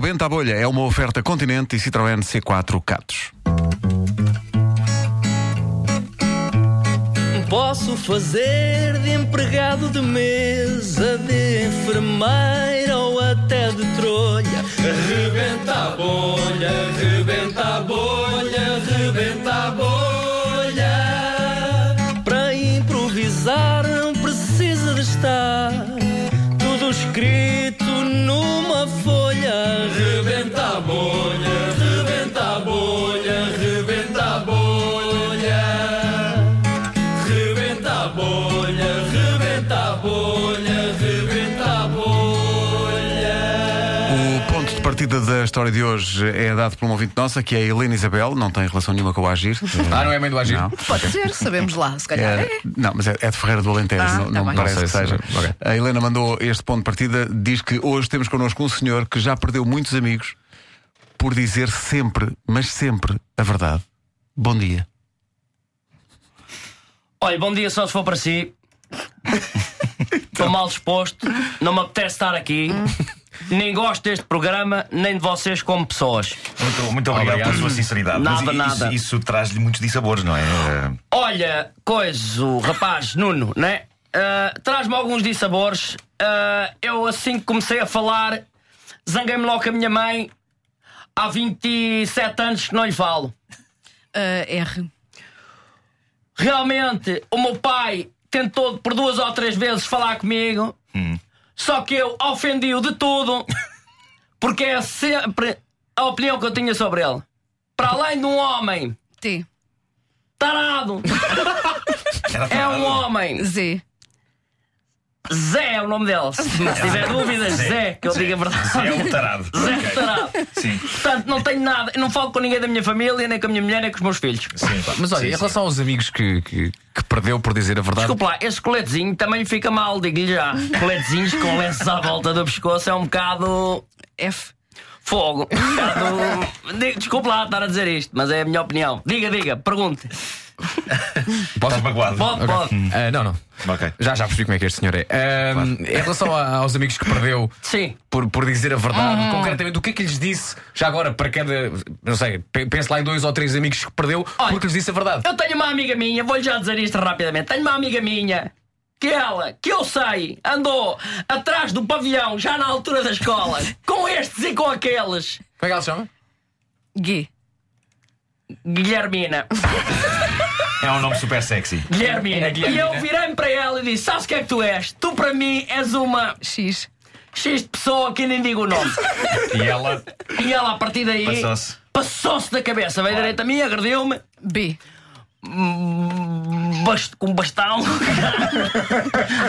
Rebenta a bolha é uma oferta Continente e Citroën C4 Catos. Posso fazer de empregado de mesa, de enfermeira ou até de trolha. Rebenta a bolha, rebenta a bolha, rebenta a bolha. Para improvisar não precisa de estar tudo escrito numa folha. Rebenta a bolha, rebenta a bolha, rebenta a bolha. Rebenta a bolha, rebenta a bolha, rebenta a bolha. O ponto de partida da história de hoje é dado por um ouvinte nossa, que é a Helena Isabel, não tem relação nenhuma com o Agir. Ah, não é mãe do Agir? Não. Pode ser, sabemos lá, se calhar. É, É. não, mas é, é de Ferreira do Alentejo, Ah, não, tá não bem. parece Não que sei se- é, seja. ok. A Helena mandou este ponto de partida, diz que hoje temos connosco um senhor que já perdeu muitos amigos por dizer sempre, mas sempre, a verdade. Bom dia. Olha, bom dia só se for para si. Estou mal disposto, não me apetece estar aqui. Nem gosto deste programa, nem de vocês como pessoas. Muito, muito obrigado, Obrigado. pela sua sinceridade. Nada, Mas i- nada. Isso, isso traz-lhe muitos dissabores, não é? Eh, Olha, coisa, o rapaz Nuno, né? Ah, Traz-me alguns dissabores. Ah, eu, assim que comecei a falar, zanguei-me logo com a minha mãe. Há 27 anos que não lhe falo. Ah, R. Realmente, o meu pai tentou por duas ou três vezes falar comigo, só que eu ofendi-o de tudo, porque é sempre a opinião que eu tinha sobre ele. Para além de um homem T. tarado, era é tarado. um homem. Z. Zé é o nome dele. Se tiver dúvidas, Zé, que eu diga a É verdade. um tarado. Zé Ok. tarado. Sim, Portanto, não tenho nada, eu não falo com ninguém da minha família, nem com a minha mulher, nem com os meus filhos. sim. pá. Mas olha, Sim, em sim. relação aos amigos que, que, que perdeu por dizer a verdade. Desculpa lá, esse coletezinho também lhe fica mal, digo-lhe já. Coletezinhos com lenços à volta do pescoço é um bocado. F. Fogo. Um Digo, Desculpe lá estar a dizer isto, mas é a minha opinião. Diga, diga, pergunte. Estás magoado. Pode, pode. Ah, não, não. Ok. Já, já percebi como é que este senhor é. Ah, Em relação a- aos amigos que perdeu Sim. por, por dizer a verdade, Uhum. concretamente, o que é que lhes disse, já agora, para cada. Não sei, pe- pense lá em dois ou três amigos que perdeu Olha, porque lhes disse a verdade. Eu tenho uma amiga minha, vou-lhe já dizer isto rapidamente. Tenho uma amiga minha que ela, que eu sei, andou atrás do pavilhão, já na altura da escola, com estes e com aqueles. Como é que ela se chama? G. Guilhermina. É um nome super sexy. Guilhermina. E eu virei-me para ela e disse: Sabes o que é que tu és? Tu, para mim, és uma X. X de pessoa que nem digo o nome. E ela E ela, a partir daí. passou-se. Passou-se da cabeça, veio direito a mim, agrediu-me, B. bast com bastão,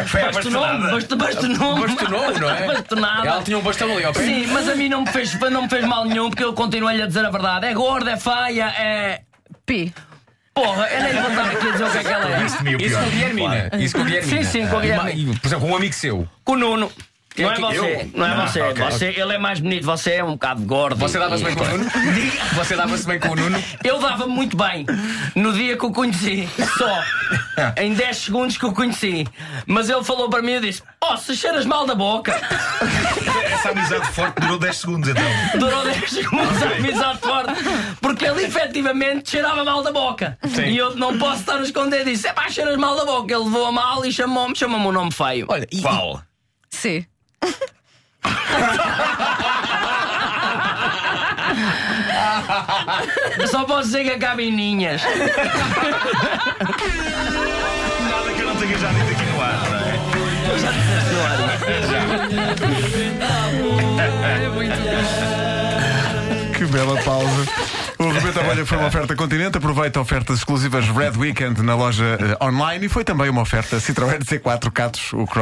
Foi à bastonou-me, bastonada. bast bastonou-me. Bastonou, não é? Bastonada. Ela tinha um bastão ali ao pé. Sim, mas a mim não me, fez, não me fez mal nenhum, porque eu continuei-lhe a dizer a verdade. É gorda, é feia, é. P. Porra, eu nem vou estar aqui a dizer o que é que ela é. Isso me o Isso pior. com o Guilhermina. Isso com o Guilhermina. Ah, Sim, sim, com o E ma- Guilhermina. e, Por exemplo, um amigo seu. Com o Nuno. Não é Eu- você, eu? não é Não, você. ok. você. Ele é mais bonito, você é um bocado gordo. Ah, é Você dava-se bem com o Nuno? Você dava-se bem com o Nuno? Eu dava muito bem no dia que o conheci, só em 10 segundos que o conheci. Mas ele falou para mim e disse: Oh, se cheiras mal da boca, Essa amizade forte durou 10 segundos então. durou 10 segundos a amizade forte, porque ele efetivamente cheirava mal da boca. E eu não posso estar a esconder disso. É pá, cheiras mal da boca. Ele levou a mal e chamou-me, chamou-me um nome feio. Olha, e, Qual? C. Eu só posso dizer que acaba em ninhas. Nada que eu não tenha já dito aqui no ar, não é? Que bela pausa. O Rebenta a Bolha foi uma oferta Continente. Aproveita ofertas exclusivas Red Weekend na loja eh, online e foi também uma oferta Citroën C4 Catos, o Cross.